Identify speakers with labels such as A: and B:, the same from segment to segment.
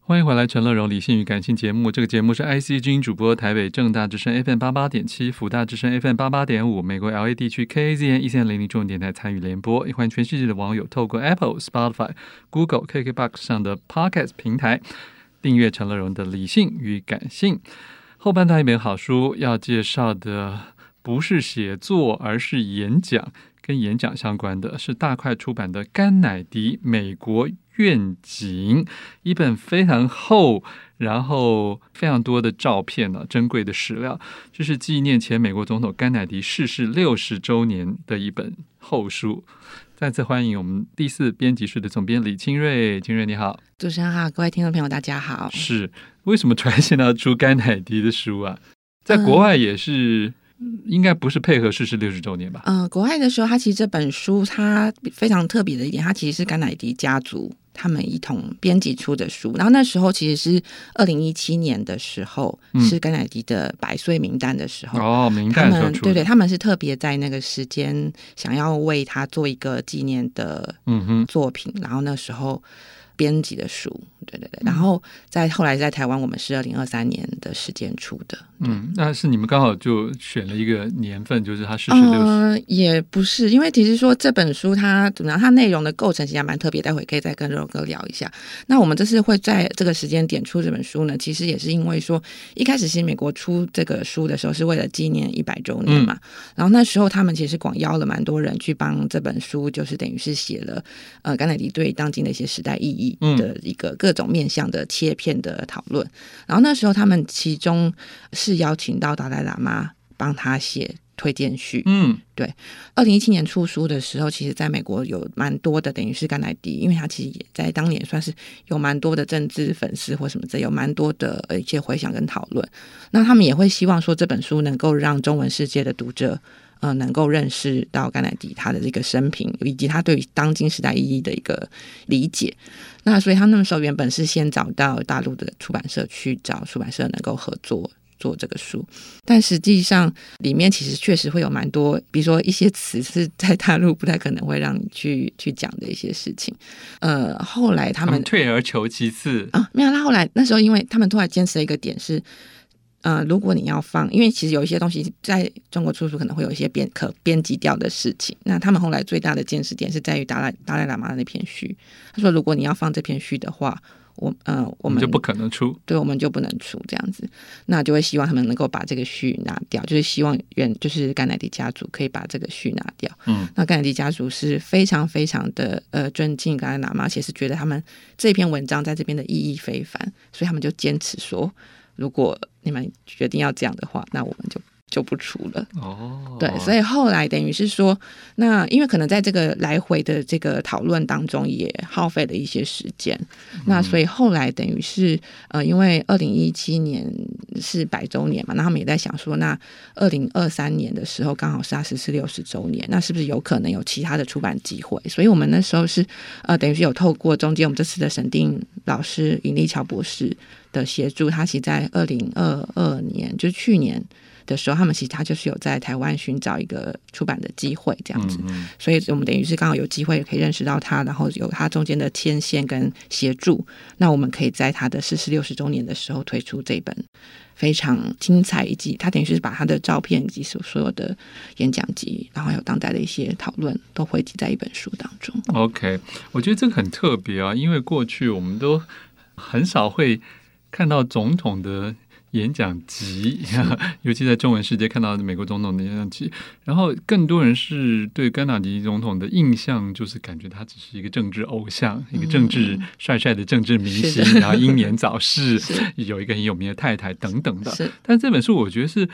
A: 欢迎回来，《陈乐荣理性与感性》节目。这个节目是 IC 之音主播，台北正大之声 FM 八八点七、辅大之声 FM 八八点五、美国 LA 地区 KAZN 一线零零中文电台参与联播。也欢迎全世界的网友透过 Apple、Spotify、Google、KKBox 上的 Podcast 平台订阅陈乐荣的《理性与感性》。后半段一本好书要介绍的不是写作，而是演讲，跟演讲相关的是大块出版的《甘乃迪美国愿景》，一本非常厚，然后非常多的照片呢、珍贵的史料，这是纪念前美国总统甘乃迪逝世六十周年的一本厚书。再次欢迎我们第四编辑室的总编李清瑞，清瑞你好，
B: 主持人好，各位听众朋友大家好。
A: 是为什么突然现在要出甘乃迪的书啊？在国
B: 嗯
A: 外也是，应该不是配合逝世六十周年吧？
B: 嗯、国外的时候，它其实这本书它非常特别的一点，它其实是甘乃迪家族他们一同编辑出的书。然后那时候其实是二零一七年的时候，
A: 嗯
B: 是甘乃迪的百岁名单的时候。
A: 哦，明
B: 嗯他
A: 代的时候
B: 们
A: 出
B: 对
A: 的，
B: 对，他们是特别在那个时间想要为他做一个纪念的
A: 嗯哼，
B: 作品，然后那时候编辑的书，对对对，然后在后来在台湾，我们是二零二三年的时间出的，
A: 嗯，那是你们刚好就选了一个年份，就是他逝世六十，
B: 嗯、也不是，因为其实说这本书它怎么样，它内容的构成其实还蛮特别，待会可以再跟肉哥聊一下。那我们这次会在这个时间点出这本书呢，其实也是因为说一开始其实美国出这个书的时候是为了纪念一百周年嘛，然后那时候他们其实广邀了蛮多人去帮这本书，就是等于是写了呃甘乃迪对当今的一些时代意义的一个各种面向的切片的讨论。然后那时候他们其中是邀请到达赖喇嘛帮他写推荐序，
A: 嗯
B: 二零一七年出书的时候，其实在美国有蛮多的，等于是甘乃迪，因为他其实也在当年算是有蛮多的政治粉丝或什么的，有蛮多的呃一些回响跟讨论。那他们也会希望说，这本书能够让中文世界的读者。呃，能够认识到甘乃迪他的这个生平，以及他对于当今时代意义的一个理解。那所以他那时候原本是先找到大陆的出版社去找出版社能够合作做这个书，但实际上里面其实确实会有蛮多，比如说一些词是在大陆不太可能会让你去去讲的一些事情。呃，后来他
A: 他
B: 们
A: 们嗯退而求其次，
B: 啊，没有。他后来那时候，因为他们突然坚持了一个点是，呃，如果你要放，因为其实有一些东西在中国出书可能会有一些编可编辑掉的事情。那他们后来最大的坚持点是在于达赖达赖喇嘛的那篇序。他说，如果你要放这篇序的话，我呃，我
A: 我们
B: 们
A: 就不可能出，
B: 对我们就不能出这样子，那就会希望他们能够把这个序拿掉，就是希望原就是甘乃迪家族可以把这个序拿掉。
A: 嗯，
B: 那甘乃迪家族是非常非常的呃尊敬甘乃喇嘛，而且是觉得他们这篇文章在这边的意义非凡，所以他们就坚持说，如果你们决定要这样的话，那我们就就不出了。
A: 哦，
B: 对，所以后来等于是说，那因为可能在这个来回的这个讨论当中，也耗费了一些时间。那所以后来等于是呃，因为二零一七年是百周年嘛，那他们也在想说，那二零二三年的时候刚好是他十四六十周年，那是不是有可能有其他的出版机会？所以我们那时候是呃，等于是有透过中间我们这次的审定老师尹立桥博士的协助，他其实在二零二二年，就是去年。的时候，他们其实他就是有在台湾寻找一个出版的机会，这样子。
A: 嗯嗯
B: 所以我们等于是刚好有机会可以认识到他，然后有他中间的牵线跟协助，那我们可以在他的逝世六十周年的时候推出这本非常精彩，以及他等于是把他的照片以及所所有的演讲集，然后还有当代的一些讨论都汇集在一本书当中。
A: OK，我觉得这个很特别啊，因为过去我们都很少会看到总统的演讲集， 尤其在中文世界看到美国总统的演讲集。然后更多人是对甘乃迪总统的印象，就是感觉他只是一个政治偶像，一个政治帅帅的政治明
B: 嗯是
A: 星，
B: 的
A: 然后英年早逝，
B: 是
A: 有一个很有名的太太等等的。
B: 是，
A: 但这本书我觉得是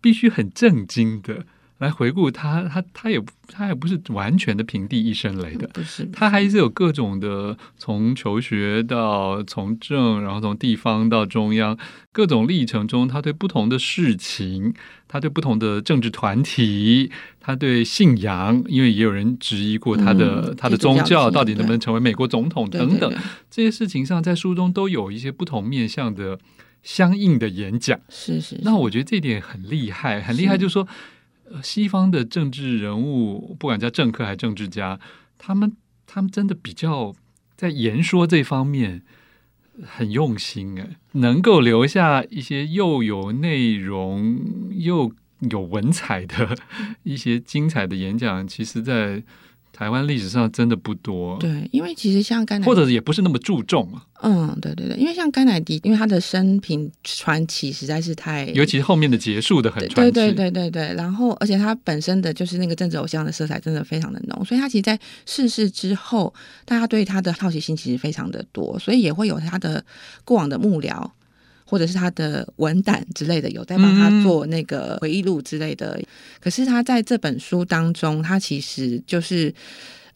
A: 必须很震惊的来回顾他，他他也不他也不是完全的平地一声雷的，
B: 嗯不是
A: 他还是有各种的，从求学到从政，然后从地方到中央，各种历程中，他对不同的事情，他对不同的政治团体，他对信仰，因为也有人质疑过他的、
B: 嗯
A: 他的宗
B: 基督
A: 教
B: 教信仰
A: 到底能不能成为美国总统
B: 对
A: 等等，
B: 对对
A: 这些事情上，在书中都有一些不同面向的相应的演讲。
B: 是是。
A: 那我觉得这一点很厉害，很厉害，
B: 是
A: 就是说，呃西方的政治人物，不管叫政客还是政治家，他们他们真的比较在言说这方面很用心哎，能够留下一些又有内容又有文采的
B: 嗯
A: 一些精彩的演讲，其实，在台湾历史上真的不多，
B: 对，因为其实像甘乃
A: 或者也不是那么注重啊。
B: 嗯，对对对，因为像甘乃迪，因为他的生平传奇实在是太
A: 尤其是后面的结束的很传
B: 对
A: 奇，
B: 对对对对，然后而且他本身的就是那个政治偶像的色彩真的非常的浓，所以他其实，在逝世之后，大家对他的好奇心其实非常的多，所以也会有他的过往的幕僚。或者是他的文胆之类的，有在帮他
A: 嗯
B: 做那个回忆录之类的。可是他在这本书当中，他其实就是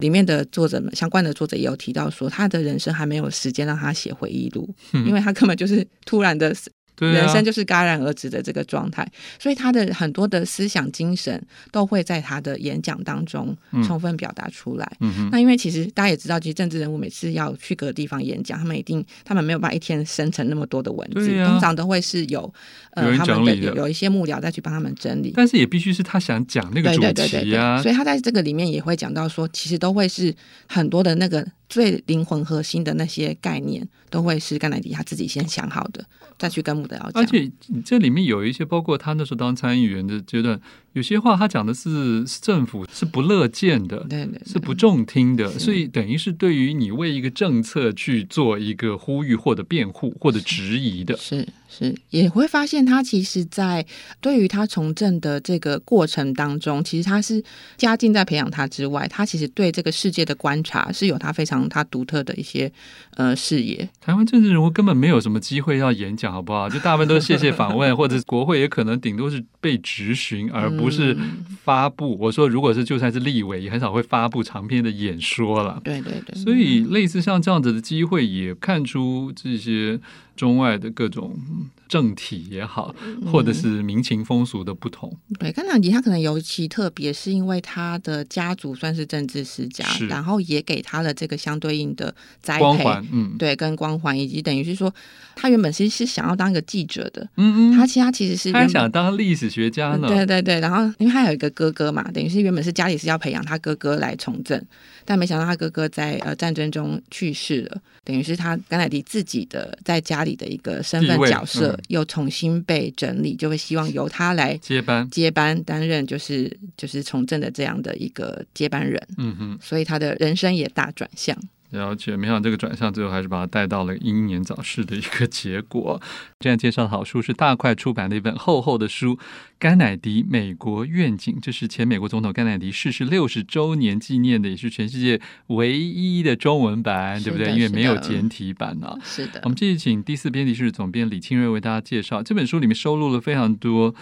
B: 里面的作者们相关的作者也有提到说，他的人生还没有时间让他写回忆录，
A: 嗯
B: 因为他根本就是突然的
A: 对啊
B: 人生就是戛然而止的这个状态，所以他的很多的思想精神都会在他的演讲当中
A: 嗯
B: 充分表达出来。
A: 嗯哼，
B: 那因为其实大家也知道，其实政治人物每次要去各个地方演讲，他们一定他们没有办法一天生成那么多的文字，
A: 对啊
B: 通常都会是有
A: 有
B: 呃
A: 人
B: 他们
A: 整
B: 的
A: 理的
B: 有一些幕僚再去帮他们整理。
A: 但是也必须是他想讲那个
B: 对
A: 主
B: 对对对
A: 题
B: 对，
A: 啊，
B: 所以他在这个里面也会讲到说，其实都会是很多的那个最灵魂核心的那些概念，都会是甘乃迪他自己先想好的，再去跟幕僚讲。
A: 而且这里面有一些，包括他那时候当参议员的阶段，有些话他讲的是是政府是不乐见的，
B: 对对对
A: 是不中听的，
B: 是
A: 所以等于是对于你为一个政策去做一个呼吁或者辩护或者质疑的。
B: 是是，也会发现他其实在，对于他从政的这个过程当中，其实他是家境在培养他之外，他其实对这个世界的观察是有他非常他独特的一些呃视野。
A: 台湾政治人物根本没有什么机会要演讲，好不好？就大部分都是谢谢访 问，或者国会也可能顶多是被质询，而不是
B: 嗯
A: 发布。我说，如果是就算是立委，也很少会发布长篇的演说了。
B: 对对对，
A: 所以类似像这样子的机会，也看出这些中外的各种嗯政体也好，或者是民情风俗的不同。
B: 对甘乃迪他可能尤其特别，是因为他的家族算是政治世家
A: 是，
B: 然后也给他了这个相对应的栽
A: 光
B: 培。
A: 环，嗯
B: 对，跟光环，以及等于是说，他原本是是想要当一个记者的，
A: 嗯嗯，
B: 他其实他其实是
A: 他还
B: 原本
A: 想当历史学家呢。
B: 对对对，然后因为他有一个哥哥嘛，等于是原本是家里是要培养他哥哥来从政，但没想到他哥哥在呃战争中去世了，等于是他甘乃迪自己的在家里的一个身
A: 地
B: 份
A: 位
B: 角色、
A: 嗯
B: 又重新被整理，就会希望由他来
A: 接班，
B: 接班担任就是就是从政的这样的一个接班人，
A: 嗯哼，
B: 所以他的人生也大转向。
A: 了解。没想到这个转向最后还是把他带到了英年早逝的一个结果。这样介绍的好书是大块出版的一本厚厚的书《甘乃迪美国愿景》，这是前美国总统甘乃迪逝世六十周年纪念的，也是全世界唯一的中文版，对不对？
B: 是
A: 因
B: 的
A: 为没有
B: 是的
A: 简体版啊。
B: 是的
A: 我，们继续请第四编辑室总编李清瑞为大家介绍这本书里面收录了非常多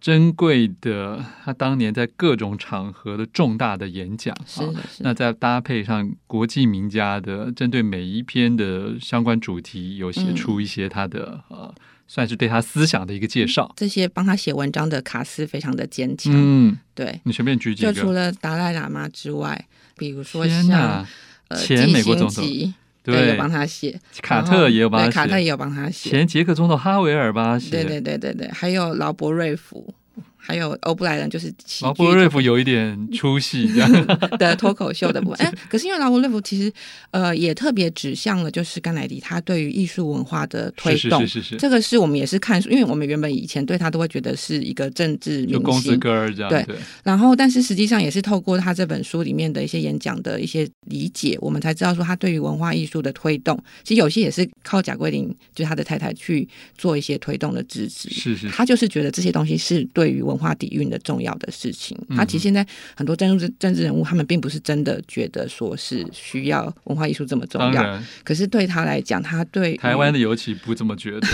A: 珍贵的他当年在各种场合的重大的演讲
B: 是
A: 啊。
B: 的，是
A: 那
B: 的，
A: 再搭配上国际名家的，针对每一篇的相关主题，有写出一些他的、
B: 嗯
A: 呃，算是对他思想的一个介绍。
B: 这些帮他写文章的卡斯非常的坚强，
A: 嗯，
B: 对。
A: 你随便举几
B: 就除
A: 个。
B: 了达赖喇嘛之外，比如说
A: 天
B: 像
A: 哪，
B: 呃
A: 前
B: 基
A: 美国
B: 辛
A: 总统
B: 吉对，
A: 对
B: 有，帮他写，
A: 卡
B: 然
A: 特
B: 后
A: 也有把
B: 对
A: 他
B: 卡特
A: 写，
B: 也有帮他写，
A: 前捷克总统哈维尔吧写，
B: 对对对对对，还有劳勃瑞福，还有欧布莱恩，就是喜
A: 劳勃
B: 剧
A: 瑞夫有一点出戏，这样
B: 的脱口秀的部 分。哎，可是因为劳勃瑞福其实呃也特别指向了就是甘乃迪他对于艺术文化的 推
A: 是是
B: 动，
A: 是是是，
B: 这个是我们也是看书，因为我们原本以前对他都会觉得是一个政治
A: 就
B: 明
A: 公子
B: 星，
A: 哥儿这样
B: 对
A: 对，
B: 然后，但是实际上也是透过他这本书里面的一些演讲的一些理解，我们才知道说他对于文化艺术的推动，其实有些也是靠贾桂林，就是他的太太去做一些推动的支持。
A: 是是是
B: 他就是觉得这些东西是对于文化底蕴的重要的事情。他其实现在很多政治政治人物，他们并不是真的觉得说是需要文化艺术这么重
A: 当
B: 要，
A: 然，
B: 可是对他来讲，他对于
A: 台湾的尤其不这么觉得。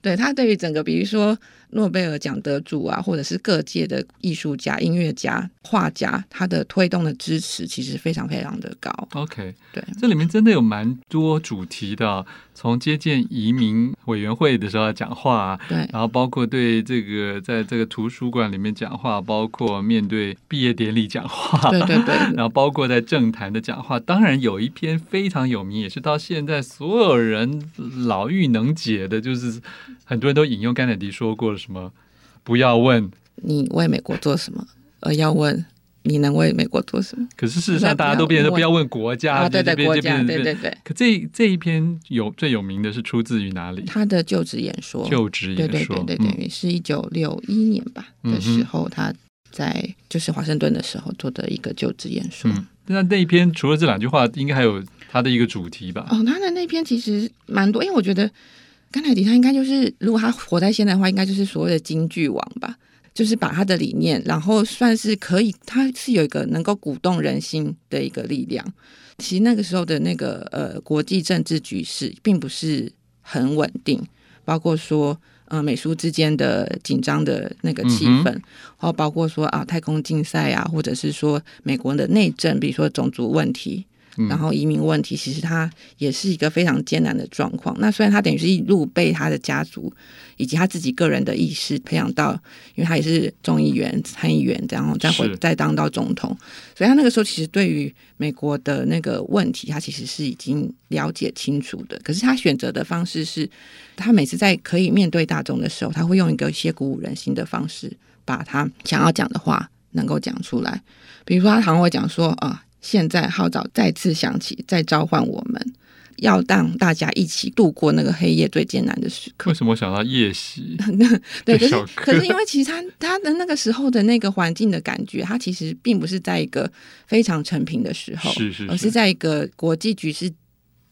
B: 对他对于整个，比如说诺贝尔奖得主啊，或者是各界的艺术家、音乐家、画家，他的推动的支持其实非常非常的高。
A: OK，
B: 对，
A: 这里面真的有蛮多主题的啊，从接见移民委员会的时候讲话啊、
B: 对
A: 然后包括对这个在这个图书馆里面讲话，包括面对毕业典礼讲话，
B: 对对对
A: 然后包括在政坛的讲话。当然有一篇非常有名，也是到现在所有人老妪能解的，就是很多人都引用甘乃迪说过了什么。不要问
B: 呃你为美国做什么？而要问你能为美国做什么？
A: 可是事实上，大家都变成
B: 那
A: 不要问国家，
B: 啊，对
A: 就
B: 对，
A: 是变
B: 国
A: 就
B: 家，
A: 变
B: 对
A: 成
B: 对对，
A: 可这这一篇有最有名的是出自于哪里？
B: 他的就职演说，
A: 就职
B: 哦对
A: 演
B: 对
A: 说，
B: 对对
A: 嗯
B: 对，于是一九六一年吧
A: 嗯
B: 的
A: 哼
B: 时候，他在就是华盛顿的时候做的一个就职演说。
A: 嗯，那那一篇除了这两句话，应该还有它的一个主题吧？
B: 哦，他的那篇其实蛮多，因为我觉得甘乃迪他应该就是，如果他活在现在的话，应该就是所谓的京剧王吧，就是把他的理念，然后算是可以，他是有一个能够鼓动人心的一个力量。其实那个时候的那个呃国际政治局势并不是很稳定，包括说。呃，美苏之间的紧张的那个气
A: 嗯哼
B: 氛，然后包括说啊，太空竞赛啊，或者是说美国的内政，比如说种族问题，
A: 嗯
B: 然后移民问题，其实它也是一个非常艰难的状况。那虽然他等于是一路被他的家族以及他自己个人的意识培养到，因为他也是众议员、参议员，然后再回
A: 是
B: 再当到总统，所以他那个时候其实对于美国的那个问题，他其实是已经了解清楚的。可是他选择的方式是，他每次在可以面对大众的时候，他会用一个一些鼓舞人心的方式，把他想要讲的话能够讲出来。比如说，他常会讲说啊、现在号召再次响起，再召唤我们，要让大家一起度过那个黑夜最艰难的时刻
A: 为。什么我想到夜 袭？
B: 对，可
A: 小
B: 是
A: 哥
B: 可是因为其实他他的那个时候的那个环境的感觉，他其实并不是在一个非常成平的时候，
A: 是是是
B: 而哦是在一个国际局势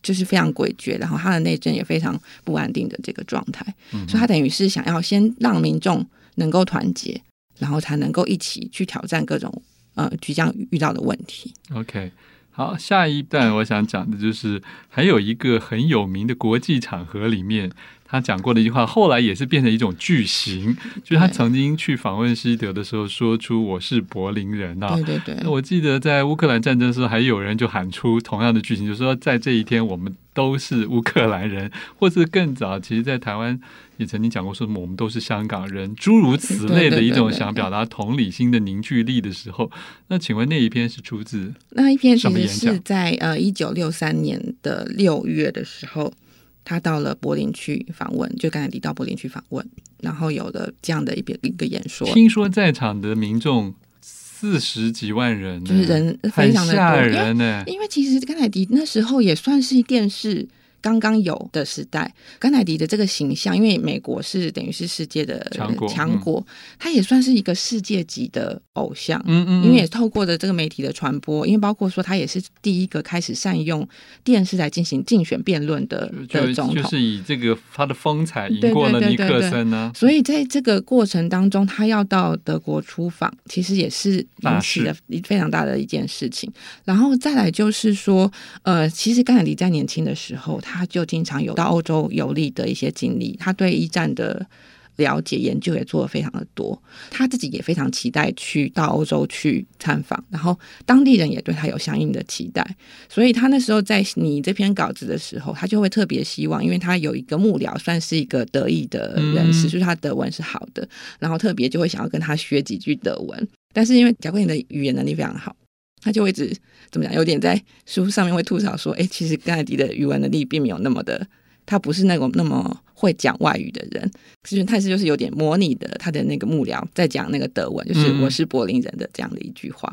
B: 就是非常诡谲，然后他的内政也非常不安定的这个状态，
A: 嗯
B: 所以他等于是想要先让民众能够团结，然后才能够一起去挑战各种呃即将遇到的问题。
A: OK，好，下一段我想讲的就是还有一个很有名的国际场合里面，他讲过的一句话，后来也是变成一种句型，就是他
B: 对
A: 曾经去访问西德的时候说出“我是柏林人”啊
B: 对。对对，
A: 那我记得在乌克兰战争的时候，还有人就喊出同样的句型，就是说在这一天我们都是乌克兰人， 或是更早，其实，在台湾也曾经讲过说我们都是香港人，诸如此类的一种
B: 对对对对
A: 想表达同理心的凝聚力的时候，那请问那一篇是出自
B: 那一篇其
A: 什么
B: 实
A: 演
B: 是
A: 讲
B: 在呃一九六三年的六月的时候，他到了柏林去访问，就刚才提到柏林去访问，然后有了这样的一篇一个演说，
A: 听说在场的民众四十几万人呢，
B: 就是人呃非
A: 很
B: 常的
A: 吓
B: 多，因为
A: 人呢。
B: 因为其实甘乃迪那时候也算是电视。刚刚有的时代，甘乃迪的这个形象，因为美国是等于是世界的
A: 强国
B: 强
A: 嗯
B: 国，他也算是一个世界级的偶像。
A: 嗯嗯，
B: 因为也透过的这个媒体的传播，因为包括说他也是第一个开始善用电视来进行竞选辩论的
A: 就
B: 的总
A: 就
B: 统，
A: 是以这个他的风采赢
B: 对
A: 过了
B: 对
A: 尼
B: 对
A: 克
B: 对
A: 森啊呢。
B: 所以在这个过程当中，他要到德国出访，其实也是
A: 大
B: 引起了一非常大的一件事情。然后再来就是说，呃，其实甘乃迪在年轻的时候，他就经常有到欧洲游历的一些经历，他对一战的。了解研究也做的非常的多，他自己也非常期待去到欧洲去参访，然后当地人也对他有相应的期待，所以他那时候在拟这篇稿子的时候，他就会特别希望，因为他有一个幕僚，算是一个德意的人士，
A: 嗯
B: 就是他德文是好的，然后特别就会想要跟他学几句德文。但是因为贾桂林的语言能力非常好，他就会一直怎么讲，有点在书上面会吐槽说，哎，其实甘乃迪的语文能力并没有那么的，他不是那种那么会讲外语的人，其实他是就是有点模拟的他的那个幕僚在讲那个德文，就是
A: 嗯
B: 我是柏林人的这样的一句话。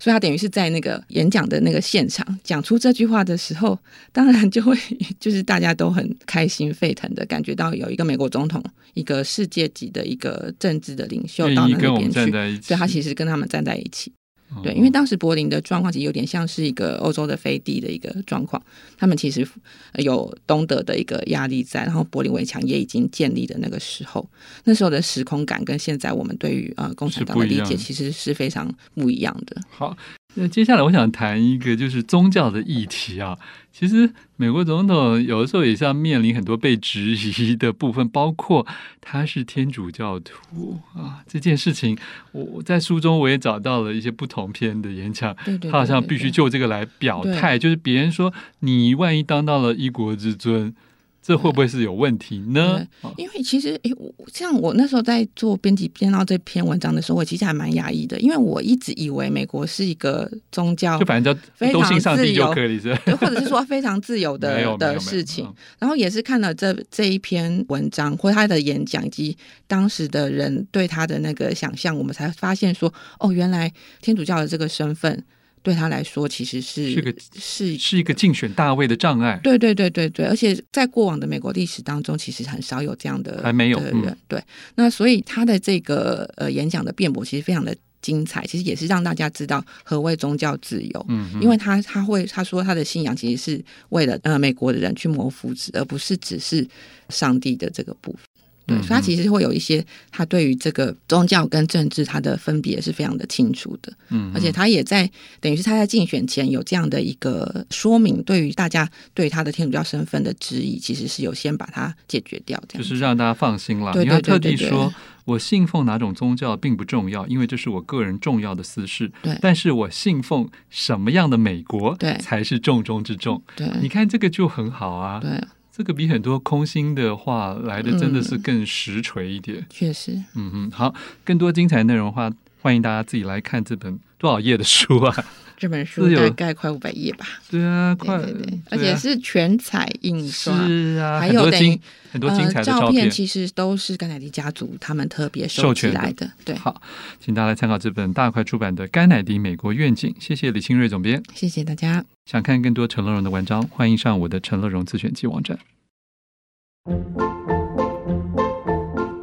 B: 所以他等于是在那个演讲的那个现场讲出这句话的时候，当然就会 就是大家都很开心沸腾的感觉到有一个美国总统，一个世界级的一个政治的领袖
A: 愿
B: 到
A: 意
B: 那
A: 跟我
B: 边
A: 们站
B: 去。
A: 在一起，
B: 所以他其实跟他们站在一起，
A: 嗯
B: 对，因为当时柏林的状况其实有点像是一个欧洲的飞地的一个状况，他们其实呃有东德的一个压力在，然后柏林围墙也已经建立的那个时候，那时候的时空感跟现在我们对于呃共产
A: 是
B: 党
A: 不
B: 的
A: 一
B: 理
A: 样
B: 解
A: 的
B: 其实是非常不一样的。
A: 好，那接下来我想谈一个就是宗教的议题啊。其实美国总统有的时候也是要面临很多被质疑的部分，包括他是天主教徒啊这件事情。我我在书中我也找到了一些不同篇的演讲，
B: 对对，
A: 他好像
B: 对对
A: 必须
B: 对
A: 就这个来表态，就是别人说你万一当到了一国之尊，这会不会是有问题呢？哦
B: 因为其实，诶、我像我那时候在做编辑编到这篇文章的时候，我其实还蛮压抑的，因为我一直以为美国是一个宗教
A: 哦就，反正叫
B: 非
A: 都
B: 常
A: 信上帝
B: 自由
A: 就可以是吧
B: 或者是说非常自由
A: 没有
B: 的
A: 没有没
B: 的
A: 有
B: 事情
A: 嗯。
B: 然后也是看了这这一篇文章或他的演讲以及当时的人对他的那个想象，我们才发现说，哦，原来天主教的这个身份对他来说其实是
A: 是个
B: 是
A: 是一个竞选大位的障碍。
B: 对对对对对，而且在过往的美国历史当中，其实很少有这样的
A: 还没有
B: 的
A: 嗯
B: 人。对，那所以他的这个呃演讲的辩驳其实非常的精彩，其实也是让大家知道何谓宗教自由。
A: 嗯哼，
B: 因为他他会他说他的信仰其实是为了呃美国的人去谋福祉，而不是只是上帝的这个部分。对，
A: 嗯
B: 所以他
A: 嗯
B: 其实会有一些他对于这个宗教跟政治他的分别是非常的清楚的。
A: 嗯哼
B: 而且他也在等于是他在竞选前有这样的一个说明，对于大家对他的天主教身份的质疑，其实是有先把它解决掉，这
A: 就
B: 样
A: 是让大家放心啦。
B: 对
A: 因为他
B: 对
A: 特
B: 对
A: 地
B: 对对
A: 说，我信奉哪种宗教并不重要，因为这是我个人重要的私事。
B: 对
A: 但是我信奉什么样的美国，
B: 对
A: 才是重中之重。
B: 对
A: 你看这个就很好啊，
B: 对，
A: 这个比很多空心的话来的真的
B: 嗯
A: 是更实锤一点。
B: 确实
A: 嗯哼，好，更多精彩内容的话，欢迎大家自己来看这本多少页的书啊？
B: 这本
A: 是
B: 书
A: 有
B: 大概快五百页吧，
A: 对啊，
B: 对
A: 快，
B: 对对，而
A: 对
B: 且
A: 啊
B: 是全彩印刷。
A: 是啊，
B: 还
A: 很
B: 有
A: 多
B: 等于
A: 精很多精彩的
B: 呃、照
A: 片
B: 片其实都是甘乃迪家族他们特别
A: 授
B: 收集
A: 权的
B: 来的，对，
A: 好，请大家来参考这本大块出版的《甘乃迪美国愿景》。谢谢李清瑞总编。
B: 谢谢大家。
A: 想看更多陈乐融的文章，欢迎上我的陈乐融自选记网站。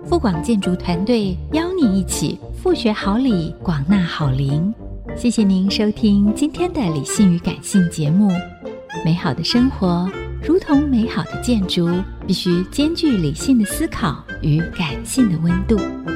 C: 富广建筑团队邀你一起复学好礼，广纳好邻。谢谢您收听今天的理性与感性节目。美好的生活如同美好的建筑，必须兼具理性的思考与感性的温度。